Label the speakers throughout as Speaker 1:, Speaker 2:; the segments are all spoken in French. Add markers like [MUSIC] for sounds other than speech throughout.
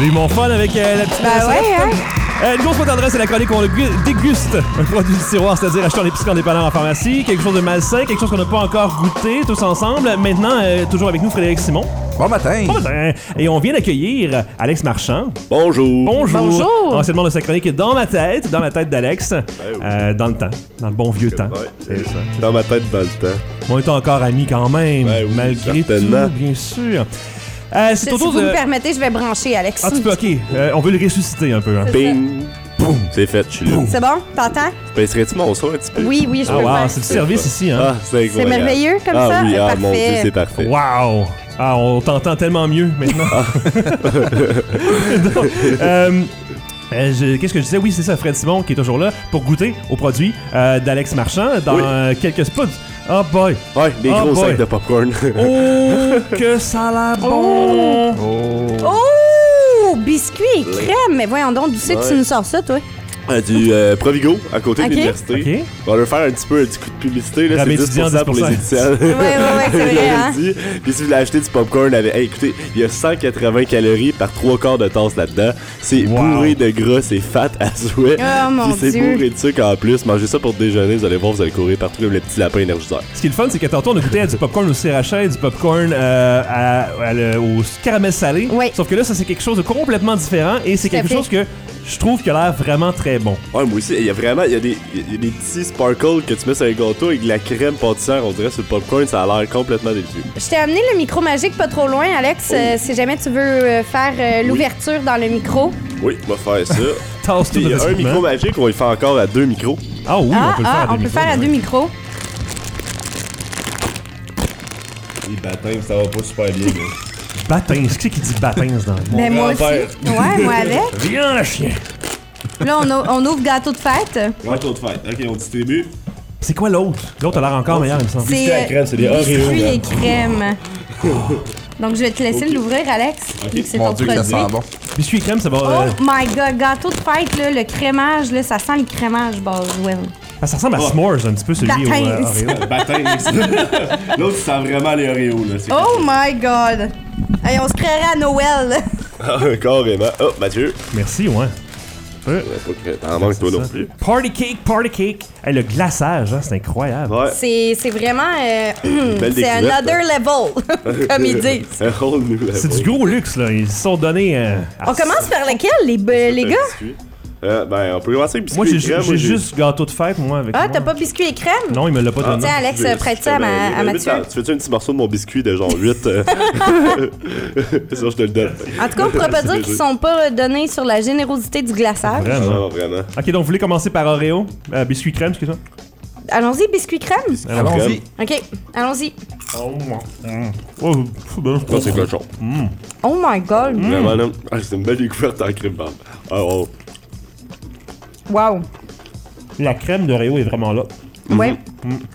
Speaker 1: J'ai eu mon fun avec euh, la petite
Speaker 2: Bah
Speaker 1: recette.
Speaker 2: ouais, hein?
Speaker 1: Euh, niveau faute d'adresse, c'est la chronique où on gu- déguste un produit du tiroir, c'est-à-dire acheter en épicerie en dépanneur en pharmacie, quelque chose de malsain, quelque chose qu'on n'a pas encore goûté tous ensemble. Maintenant, euh, toujours avec nous, Frédéric Simon.
Speaker 3: Bon matin.
Speaker 1: Bon matin. Et on vient d'accueillir Alex Marchand.
Speaker 4: Bonjour.
Speaker 1: Bonjour. Ah,
Speaker 2: Bonjour.
Speaker 1: Anciennement de sa chronique dans ma tête, dans la tête d'Alex, euh, dans le temps, dans le bon vieux temps.
Speaker 4: Ben Ouais, c'est ça. Dans ma tête, dans le temps.
Speaker 1: On est encore amis quand même,
Speaker 4: Ben oui,
Speaker 1: malgré tout,
Speaker 4: certainement.
Speaker 1: bien sûr. Euh,
Speaker 2: Si
Speaker 1: c'est
Speaker 2: si
Speaker 1: autour
Speaker 2: vous
Speaker 1: de.
Speaker 2: me permettez, je vais brancher, Alex.
Speaker 1: Ah, tu peux, ok. Euh, on veut le ressusciter un peu. hein.
Speaker 2: Euh.
Speaker 4: Ping. Boum. C'est fait, je suis là.
Speaker 2: C'est bon? T'entends?
Speaker 4: Pincerais-tu mon son un petit peu?
Speaker 2: Oui, oui, je
Speaker 1: Ah,
Speaker 2: peux
Speaker 1: wow,
Speaker 2: le
Speaker 1: c'est
Speaker 2: faire.
Speaker 1: du service ici, hein.
Speaker 4: Ah, c'est
Speaker 2: C'est
Speaker 4: incroyable.
Speaker 2: merveilleux comme
Speaker 4: ah,
Speaker 2: ça?
Speaker 4: Oui, ah, mon
Speaker 2: Parfait.
Speaker 4: Dieu, c'est parfait.
Speaker 1: Wow! Ah, on t'entend tellement mieux maintenant.
Speaker 4: Ah.
Speaker 1: [LAUGHS] Donc, euh, euh, je- Qu'est-ce que je disais? Oui, c'est ça, Fred Simon qui est toujours là pour goûter aux produits euh, d'Alex Marchand dans
Speaker 4: Oui.
Speaker 1: euh, quelques spots. Oh boy!
Speaker 4: Ouais, des
Speaker 1: Ah,
Speaker 4: gros
Speaker 1: boy.
Speaker 4: sacs de popcorn. [LAUGHS]
Speaker 1: Oh, [LAUGHS] que ça a l'air bon!
Speaker 2: Oh! Biscuit et crème! Mais voyons donc, d'où c'est que
Speaker 4: Ouais.
Speaker 2: tu nous sors
Speaker 1: [LAUGHS]
Speaker 2: ça, toi?
Speaker 4: Euh, du euh, Provigo, à côté
Speaker 2: Ok.
Speaker 4: de l'université.
Speaker 1: Ok.
Speaker 4: On va leur faire un petit peu un petit coup de publicité. Là,
Speaker 1: Rame
Speaker 4: c'est
Speaker 1: étudiant,
Speaker 4: 10% pour
Speaker 1: 10%.
Speaker 2: [LAUGHS]
Speaker 4: les étudiants.
Speaker 2: Oui, oui, oui, c'est vrai, hein?
Speaker 4: [LAUGHS] Lundi. Puis si vous voulez acheter du popcorn, avec... hey, écoutez, il y a 180 calories par trois quarts de tasse là-dedans. C'est
Speaker 1: Wow.
Speaker 4: bourré de gras, c'est fat à souhait.
Speaker 2: Oh, mon
Speaker 4: Puis c'est
Speaker 2: Dieu.
Speaker 4: bourré de sucre en plus. Mangez ça pour déjeuner, vous allez voir, vous allez courir partout comme le petit lapin énergiseur.
Speaker 1: Ce qui est le fun, c'est qu'à tantôt, on a goûté à du popcorn au sriracha et du popcorn euh, à- à le- au caramel salé.
Speaker 2: Oui.
Speaker 1: Sauf que là, ça, c'est quelque chose de complètement différent et c'est
Speaker 2: Tout à
Speaker 1: quelque
Speaker 2: fait.
Speaker 1: chose que je trouve qui a l'air vraiment très bon.
Speaker 4: Ouais, moi aussi, il y a vraiment, il y a des, il y a des petits sparkles que tu mets sur un gâteau avec de la crème pâtissière, on dirait, sur le popcorn, ça a l'air complètement délicieux.
Speaker 2: Je t'ai amené le micro magique pas trop loin, Alex.
Speaker 1: Oh.
Speaker 2: euh, si jamais tu veux euh, faire euh, l'ouverture dans le micro.
Speaker 4: Oui, on va faire ça.
Speaker 1: [LAUGHS] Tasse-toi
Speaker 4: Puis il y a un
Speaker 1: positivement.
Speaker 4: micro magique, on le fait encore à deux micros.
Speaker 1: Ah oui,
Speaker 2: ah,
Speaker 1: on peut le faire
Speaker 2: ah,
Speaker 1: à
Speaker 2: on
Speaker 1: deux
Speaker 2: peut
Speaker 1: micros,
Speaker 2: faire à
Speaker 1: ouais.
Speaker 2: deux micros.
Speaker 4: Les baptêmes, ça va pas super bien, [LAUGHS]
Speaker 1: Batince, qui c'est qui dit batince dans le monde?
Speaker 2: Ben, moi aussi.
Speaker 4: grand-père.
Speaker 1: [LAUGHS]
Speaker 2: Ouais, moi avec.
Speaker 1: Viens, le chien!
Speaker 2: Là, on, o- on ouvre gâteau de fête.
Speaker 4: Gâteau de fête. Ok, on distribue.
Speaker 1: C'est quoi l'autre? L'autre a l'air encore meilleur, il me semble.
Speaker 2: C'est
Speaker 4: à crème, c'est des Oreos,
Speaker 2: biscuits
Speaker 4: là.
Speaker 2: et
Speaker 1: [LAUGHS]
Speaker 2: crème. Donc, je vais te laisser l'ouvrir, Alex. vu que c'est
Speaker 3: Mon
Speaker 2: ton
Speaker 3: Dieu, que
Speaker 2: produit.
Speaker 3: ça
Speaker 4: [LAUGHS]
Speaker 3: sent bon.
Speaker 1: Biscuit et crème, ça va.
Speaker 2: Oh
Speaker 1: euh,
Speaker 2: my god, gâteau de fête, là, le crémage, là, ça sent le crémage, Boswell.
Speaker 1: ah, ça
Speaker 4: Oh.
Speaker 1: ressemble à S'mores un petit peu celui au euh,
Speaker 2: Batince.
Speaker 1: Oreo.
Speaker 4: Baptême, L'autre, ça sent vraiment les Oreos, là. c'est-
Speaker 2: Oh my god! Hey, on se créerait à Noël! là.
Speaker 4: Ah, Carrément. Oh, Mathieu.
Speaker 1: Merci, ouais.
Speaker 4: Ouais, pas que T'en manques, toi, non
Speaker 1: Ça.
Speaker 4: plus.
Speaker 1: Party cake, party cake! Hey, le glaçage, hein, c'est incroyable.
Speaker 4: Ouais.
Speaker 2: C'est c'est vraiment. euh,
Speaker 4: belle
Speaker 2: c'est
Speaker 4: découverte,
Speaker 2: another level, [LAUGHS] comme ils disent.
Speaker 4: [LAUGHS] Hold-nous, là.
Speaker 1: C'est du gros luxe, là. Ils se sont donnés. euh, à-
Speaker 2: On commence par lequel, les, be- les gars?
Speaker 4: Euh, ben, on peut commencer avec biscuit
Speaker 1: Moi,
Speaker 4: et
Speaker 1: j'ai
Speaker 4: crème,
Speaker 1: j'ai juste gâteau de fête, moi, avec.
Speaker 2: Ah,
Speaker 1: moi.
Speaker 2: t'as pas biscuit et crème?
Speaker 1: Non, il me l'a pas donné.
Speaker 2: Tiens, Alex,
Speaker 4: Je-
Speaker 2: prête ça à,
Speaker 4: Ben,
Speaker 2: ma- à
Speaker 4: ben,
Speaker 2: Mathieu.
Speaker 4: attends, Tu fais-tu un petit morceau de mon biscuit de genre
Speaker 2: [LAUGHS]
Speaker 4: 8? euh? ça, je te le donne.
Speaker 2: En tout cas, on pourrait pas dire qu'ils sont pas donnés sur la générosité du glaçage.
Speaker 4: Ah,
Speaker 1: Vraiment.
Speaker 4: Non, vraiment.
Speaker 1: Ok, donc vous voulez commencer par Oreo? Euh, biscuit crème, excuse-moi.
Speaker 2: Allons-y, biscuit crème?
Speaker 3: Allons-y.
Speaker 2: Ok, allons-y.
Speaker 1: Oh, pff, ben,
Speaker 4: Non, c'est cochon.
Speaker 2: Oh my god!
Speaker 4: Vraiment, là. Ah, c'est une belle découverte en crème barbe. Ah, oh.
Speaker 2: Wow!
Speaker 1: La crème d'Oreo est vraiment là.
Speaker 2: Ouais,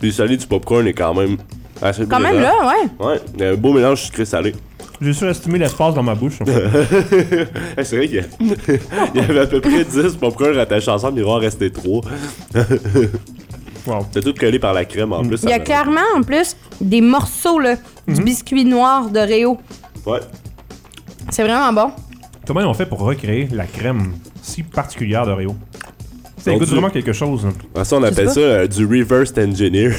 Speaker 4: Les salés du popcorn est quand même assez
Speaker 2: quand même
Speaker 4: plaisant.
Speaker 2: là, ouais.
Speaker 4: Ouais, il y a un beau mélange sucré-salé.
Speaker 1: J'ai surestimé l'espace dans ma bouche.
Speaker 4: [LAUGHS] Ah, c'est vrai qu'il y, a- [LAUGHS] il y avait à peu près 10 popcorn rattachés ensemble, il va en rester 3.
Speaker 1: Wow.
Speaker 4: C'est tout collé par la crème en plus. ça
Speaker 2: Mm. Il y a
Speaker 4: m'a-
Speaker 2: clairement en plus des morceaux là,
Speaker 1: Mhm.
Speaker 2: du biscuit noir de Réo.
Speaker 4: Ouais.
Speaker 2: C'est vraiment bon.
Speaker 1: Comment ils ont fait pour recréer la crème si particulière d'Oreo? Ça
Speaker 4: Mon
Speaker 1: goûte
Speaker 4: Dieu.
Speaker 1: vraiment quelque chose. hein.
Speaker 4: Ah, Ça, on appelle
Speaker 2: pas.
Speaker 4: ça euh, du reverse engineer.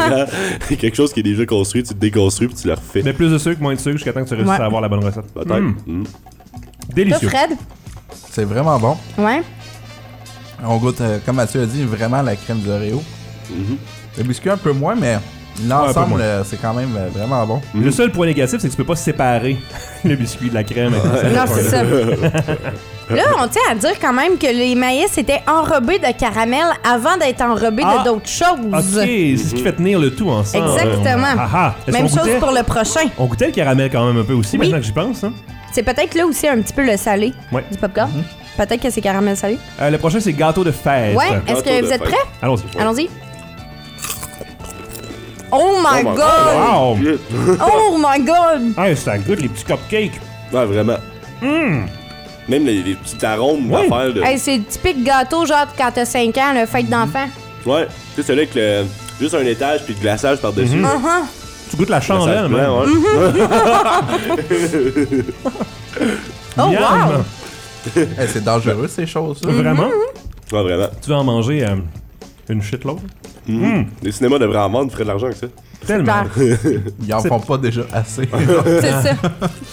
Speaker 2: [LAUGHS]
Speaker 4: Tu prends quelque chose qui est déjà construit, tu te déconstruis puis tu le refais.
Speaker 1: Mais plus de sucre, moins de sucre, jusqu'à temps que tu réussisses
Speaker 2: Ouais.
Speaker 1: à avoir la bonne recette.
Speaker 4: Peut-être.
Speaker 1: Mm.
Speaker 4: Mm.
Speaker 2: Toi,
Speaker 1: Délicieux.
Speaker 2: Fred?
Speaker 3: C'est vraiment bon.
Speaker 2: Ouais.
Speaker 3: On goûte, euh, comme Mathieu a dit, vraiment la crème d'Oreo. Le biscuit un peu moins, mais l'ensemble,
Speaker 1: moins.
Speaker 3: euh, c'est quand même euh, vraiment bon.
Speaker 1: Le seul point négatif, c'est que tu peux pas séparer [LAUGHS] le biscuit de la crème.
Speaker 2: Non,
Speaker 1: [LAUGHS]
Speaker 2: c'est ça. Là, on tient à dire quand même que les maïs étaient enrobés de caramel avant d'être enrobés
Speaker 1: Ah.
Speaker 2: de d'autres choses.
Speaker 1: Ok, c'est ce qui fait tenir le tout ensemble.
Speaker 2: Exactement.
Speaker 1: Ah, ah. Est-ce
Speaker 2: Même
Speaker 1: qu'on
Speaker 2: chose
Speaker 1: goûtait-
Speaker 2: pour le prochain.
Speaker 1: On goûtait le caramel quand même un peu aussi,
Speaker 2: Oui.
Speaker 1: maintenant que j'y pense. hein.
Speaker 2: C'est peut-être là aussi un petit peu le salé
Speaker 1: Ouais.
Speaker 2: du popcorn.
Speaker 1: Mhm.
Speaker 2: Peut-être que c'est caramel salé.
Speaker 1: Euh, le prochain, c'est gâteau de fête.
Speaker 2: Ouais, est-ce
Speaker 4: Gâteau
Speaker 2: que
Speaker 4: de
Speaker 2: vous êtes
Speaker 4: fête.
Speaker 2: prêts?
Speaker 1: Allons-y.
Speaker 2: Allons-y. Oh my
Speaker 4: Oh my
Speaker 2: god!
Speaker 1: Wow!
Speaker 2: Oh my god!
Speaker 1: Hey, ça goûte les petits cupcakes.
Speaker 4: Ouais, vraiment. Même les, les petites arômes
Speaker 1: Hmm. Ouais.
Speaker 4: d'affaires. de-
Speaker 2: Hey, c'est typique gâteau, genre quand t'as 5 ans, le fête d'enfant.
Speaker 4: Ouais, tu sais, celui avec le, juste un étage puis de glaçage par-dessus.
Speaker 1: Hmm.
Speaker 4: là.
Speaker 2: Uh-huh.
Speaker 1: Tu goûtes la
Speaker 4: Glaçage
Speaker 1: chandelle,
Speaker 4: blanc,
Speaker 1: même.
Speaker 4: ouais.
Speaker 2: Oh,
Speaker 1: Miam!
Speaker 2: wow! Mm-hmm.
Speaker 3: Eh, c'est dangereux ces choses-là.
Speaker 1: Vraiment?
Speaker 4: Ouais, vraiment.
Speaker 1: Tu veux en manger euh, une shitload?
Speaker 4: Les cinémas devraient en vendre, ferait de l'argent avec ça.
Speaker 1: Tellement.
Speaker 3: Ils en font pas déjà assez.
Speaker 1: [LAUGHS]
Speaker 2: C'est ça.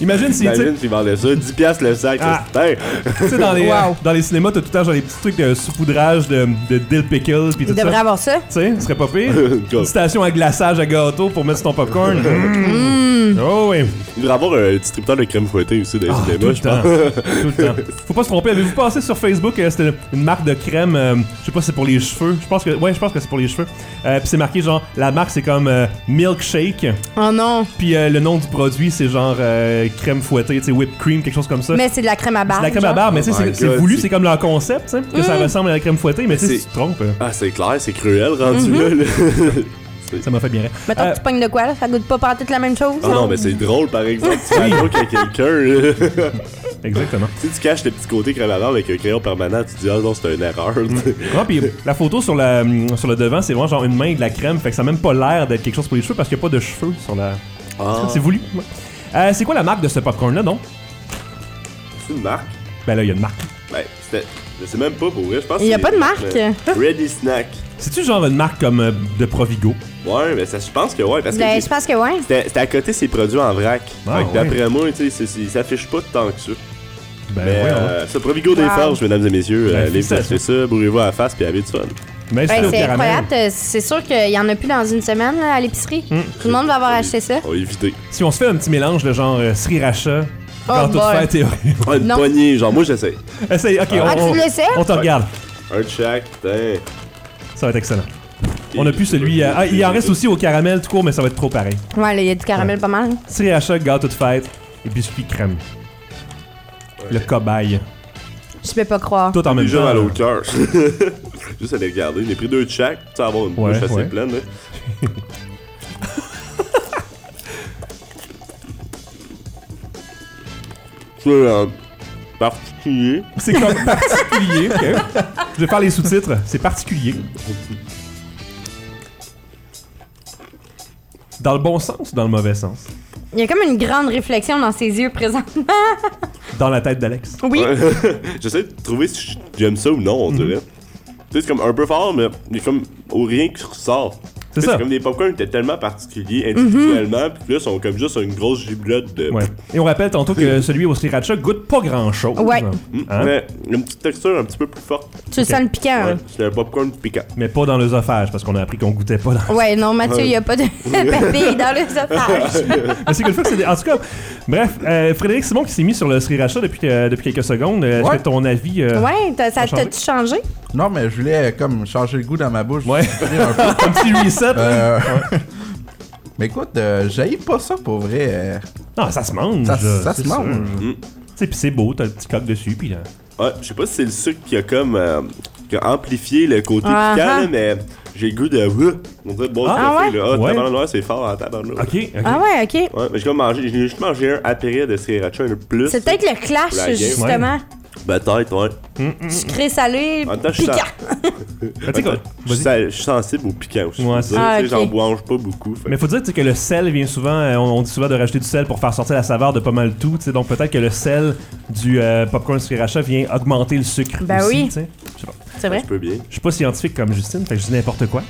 Speaker 1: Imagine si, tu sais,
Speaker 4: T'imagines, puis ils vendaient ça, 10$ piastres le sac.
Speaker 1: Ah.
Speaker 4: c'est- [LAUGHS]
Speaker 1: tu sais, dans les, euh,
Speaker 2: Wow.
Speaker 1: dans les cinémas, t'as tout le temps genre des petits trucs de saupoudrage de, de dill pickle pis tout
Speaker 2: Il devrait
Speaker 1: ça.
Speaker 2: avoir ça.
Speaker 1: Tu sais, ce serait pas pire.
Speaker 4: Go.
Speaker 1: Une station à glaçage à gâteau pour mettre sur ton popcorn.
Speaker 2: Mm.
Speaker 1: Oh oui.
Speaker 4: Il devrait avoir un distributeur de crème fouettée aussi dans les
Speaker 1: Ah, tout
Speaker 4: cinémas,
Speaker 1: le
Speaker 4: je pense.
Speaker 1: temps. Tout le temps. Faut pas se tromper. Avez-vous passé sur Facebook euh, C'était une marque de crème. euh, je sais pas si c'est pour les cheveux. Je pense que ouais, je pense que c'est pour les cheveux. Euh, puis c'est marqué genre la marque c'est comme euh, milkshake.
Speaker 2: Oh non.
Speaker 1: Puis euh, le nom du produit c'est genre euh, crème fouettée, tu sais whipped cream, quelque chose comme ça.
Speaker 2: Mais c'est de la crème à barbe.
Speaker 1: C'est la crème à
Speaker 2: genre.
Speaker 1: barbe, mais tu sais,
Speaker 4: Oh my
Speaker 1: c'est- c'est
Speaker 4: God,
Speaker 1: voulu,
Speaker 4: c'est-
Speaker 1: c'est comme leur concept, tu sais, que
Speaker 2: Mm.
Speaker 1: ça ressemble à la crème fouettée, mais tu sais,
Speaker 4: C'est-
Speaker 1: si tu te trompes, euh,
Speaker 4: Ah, c'est clair, c'est cruel rendu là, là. [LAUGHS]
Speaker 1: ça m'a fait bien rire.
Speaker 2: Mettons
Speaker 1: Euh,
Speaker 2: que tu pognes de quoi, là? Ça goûte pas partout la même chose?
Speaker 4: Ah non, mais c'est drôle par exemple. Tu fais un truc à quelqu'un. là. [LAUGHS]
Speaker 1: Exactement.
Speaker 4: Si tu caches tes petits côtés crème à barbe avec un crayon permanent, tu te dis ah non, c'est une erreur.
Speaker 1: Ah, puis la photo sur, la, euh, sur le devant, c'est vraiment genre une main et de la crème, fait que ça a même pas l'air d'être quelque chose pour les cheveux parce qu'il n'y a pas de cheveux sur la.
Speaker 4: Ah,
Speaker 1: C'est voulu. ouais. Euh, c'est quoi la marque de ce popcorn-là, non?
Speaker 4: [LAUGHS] c'est une marque.
Speaker 1: Ben là, il y a une marque.
Speaker 4: Ben, c'était. Je sais même pas pour vrai, je pense.
Speaker 2: Il y a
Speaker 4: que
Speaker 2: pas de
Speaker 4: c'est-
Speaker 2: marque.
Speaker 4: Euh, Ready Snack.
Speaker 1: C'est-tu genre une marque comme euh, de Provigo?
Speaker 4: Ouais, mais ça, je pense que ouais, parce que.
Speaker 2: Ben,
Speaker 4: j'ai-
Speaker 2: je pense que ouais.
Speaker 4: C'était c'était à côté ses produits en vrac.
Speaker 1: Ah,
Speaker 4: Fait que
Speaker 1: ouais.
Speaker 4: d'après moi, tu sais, c'est- c'est- ça s'affiche pas tant que ça.
Speaker 1: Ben
Speaker 4: Mais
Speaker 1: ouais,
Speaker 4: euh, c'est Provigo des
Speaker 2: Wow.
Speaker 4: Forges, mesdames et
Speaker 1: Ben,
Speaker 4: messieurs. Euh, Allez vous
Speaker 1: félicitations.
Speaker 4: acheter ça, bourrez-vous à la face, puis avez du fun.
Speaker 1: Mais
Speaker 2: Ben,
Speaker 1: au
Speaker 2: c'est
Speaker 1: caramel.
Speaker 2: incroyable. euh, C'est sûr qu'il y en a plus dans une semaine là, à l'épicerie.
Speaker 1: Mm.
Speaker 2: Tout le monde va avoir acheté ça.
Speaker 4: On va éviter.
Speaker 1: Si on se fait un petit mélange de genre euh, sriracha,
Speaker 2: Oh
Speaker 1: quand tout
Speaker 2: boy.
Speaker 1: fait, t'es...
Speaker 4: Ah, une
Speaker 2: Non.
Speaker 4: poignée, genre, moi j'essaie.
Speaker 1: [LAUGHS] Essaye, ok,
Speaker 2: Ah,
Speaker 1: on,
Speaker 2: tu l'essaies?
Speaker 1: on, on te regarde.
Speaker 4: Un de chaque, putain.
Speaker 1: Ça va être excellent. On a plus celui... euh, ah, il en reste aussi au caramel tout court, mais ça va être trop pareil.
Speaker 2: Ouais, là, il y a du caramel pas mal.
Speaker 1: Sriracha, gâteau de fête et biscuit crème. Le cobaye.
Speaker 2: Je peux pas croire.
Speaker 1: Tout en même
Speaker 4: Déjà
Speaker 1: temps.
Speaker 4: mal au
Speaker 1: là.
Speaker 4: cœur. [LAUGHS] Juste à les regarder. J'ai pris deux de chaque, tu vas avoir une
Speaker 1: Ouais,
Speaker 4: bouche assez
Speaker 1: ouais. [LAUGHS]
Speaker 4: pleine. là. C'est euh, particulier. [LAUGHS]
Speaker 1: C'est comme particulier. ok. Je vais faire les sous-titres. C'est particulier. Dans le bon sens ou dans le mauvais sens?
Speaker 2: Il y a comme une grande réflexion dans ses yeux présentement.
Speaker 1: Dans la tête d'Alex.
Speaker 2: Oui.
Speaker 4: Ouais. J'essaie de trouver si j'aime ça ou non,
Speaker 1: Mhm.
Speaker 4: on dirait. Tu sais, c'est comme un peu fort, mais il y a comme au rien qui ressort.
Speaker 1: C'est
Speaker 4: Tu sais,
Speaker 1: ça. Mhm.
Speaker 4: comme des popcorns qui étaient tellement particuliers individuellement, puis là, ils sont comme juste une grosse giblotte de.
Speaker 1: Ouais. Et on rappelle tantôt que celui au sriracha goûte pas grand-chose.
Speaker 2: Ouais.
Speaker 1: Hein?
Speaker 4: Mm. Mais une petite texture un petit peu plus forte.
Speaker 2: [LAUGHS] Tu le sens le piquant.
Speaker 4: Ouais,
Speaker 2: hein.
Speaker 4: c'est un popcorn piquant.
Speaker 1: Mais pas dans l'œsophage, parce qu'on a appris qu'on goûtait pas dans...
Speaker 2: Ouais. non, Mathieu, il y a pas de [LAUGHS] papille dans le
Speaker 1: [LAUGHS]
Speaker 2: otages.
Speaker 1: Mais c'est que le fait que c'est... des- En tout cas, bref, euh, Frédéric Simon qui s'est mis sur le sriracha depuis, euh, depuis quelques secondes. Euh,
Speaker 3: Ouais.
Speaker 1: est-ce que ton avis... euh,
Speaker 2: Ouais, t'as- ça
Speaker 1: Ça a changé.
Speaker 2: t'a-tu changé?
Speaker 3: Non, mais je voulais euh, comme changer le goût dans ma bouche.
Speaker 1: Ouais. [LAUGHS]
Speaker 3: Un peu.
Speaker 1: Un petit reset. là.
Speaker 3: Euh, Mais écoute, euh, j'haïs pas ça pour vrai. euh,
Speaker 1: Non, ça se mange.
Speaker 3: Ça, ça
Speaker 1: c'est
Speaker 3: se mange.
Speaker 1: sûr. Tu sais, puis c'est beau, t'as le petit coq dessus, puis là.
Speaker 4: Ouais, je sais pas si c'est le sucre qui a comme euh, qui a amplifié le côté
Speaker 2: Ah,
Speaker 4: piquant,
Speaker 2: ah.
Speaker 4: là, mais j'ai le goût de. Ouh! On dirait bon
Speaker 1: Ah,
Speaker 4: café,
Speaker 2: ouais?
Speaker 4: là. Ah,
Speaker 1: Ouais.
Speaker 4: tabarnak, c'est fort en tabarnak.
Speaker 1: Ok, ok.
Speaker 2: Ah ouais, ok.
Speaker 4: Ouais, mais j'ai comme mangé, j'ai juste mangé un apéré de sriracha, un plus.
Speaker 2: C'est peut-être le clash,
Speaker 4: La game.
Speaker 2: justement.
Speaker 4: Peut-être, ouais.
Speaker 2: Sucré, salé,
Speaker 4: En même temps, je suis
Speaker 2: piquant.
Speaker 1: Mais Ben, tu sais quoi,
Speaker 4: Je
Speaker 1: vas-y.
Speaker 4: suis sa- je suis sensible au piquant aussi.
Speaker 1: Ouais, c'est
Speaker 4: Tu sais,
Speaker 2: ça.
Speaker 4: tu sais,
Speaker 2: Ah, ok.
Speaker 4: J'en mange pas beaucoup. fait
Speaker 1: Mais faut dire tu sais, que le sel vient souvent, euh, on, on dit souvent de rajouter du sel pour faire sortir la saveur de pas mal tout, tu sais, donc peut-être que le sel du euh, popcorn sriracha vient augmenter le sucre.
Speaker 2: Ben
Speaker 1: aussi,
Speaker 2: oui.
Speaker 1: tu sais. Je sais pas.
Speaker 2: C'est
Speaker 4: que
Speaker 2: vrai?
Speaker 4: Je peux bien.
Speaker 1: Je suis pas scientifique comme Justine, fait que je dis n'importe quoi.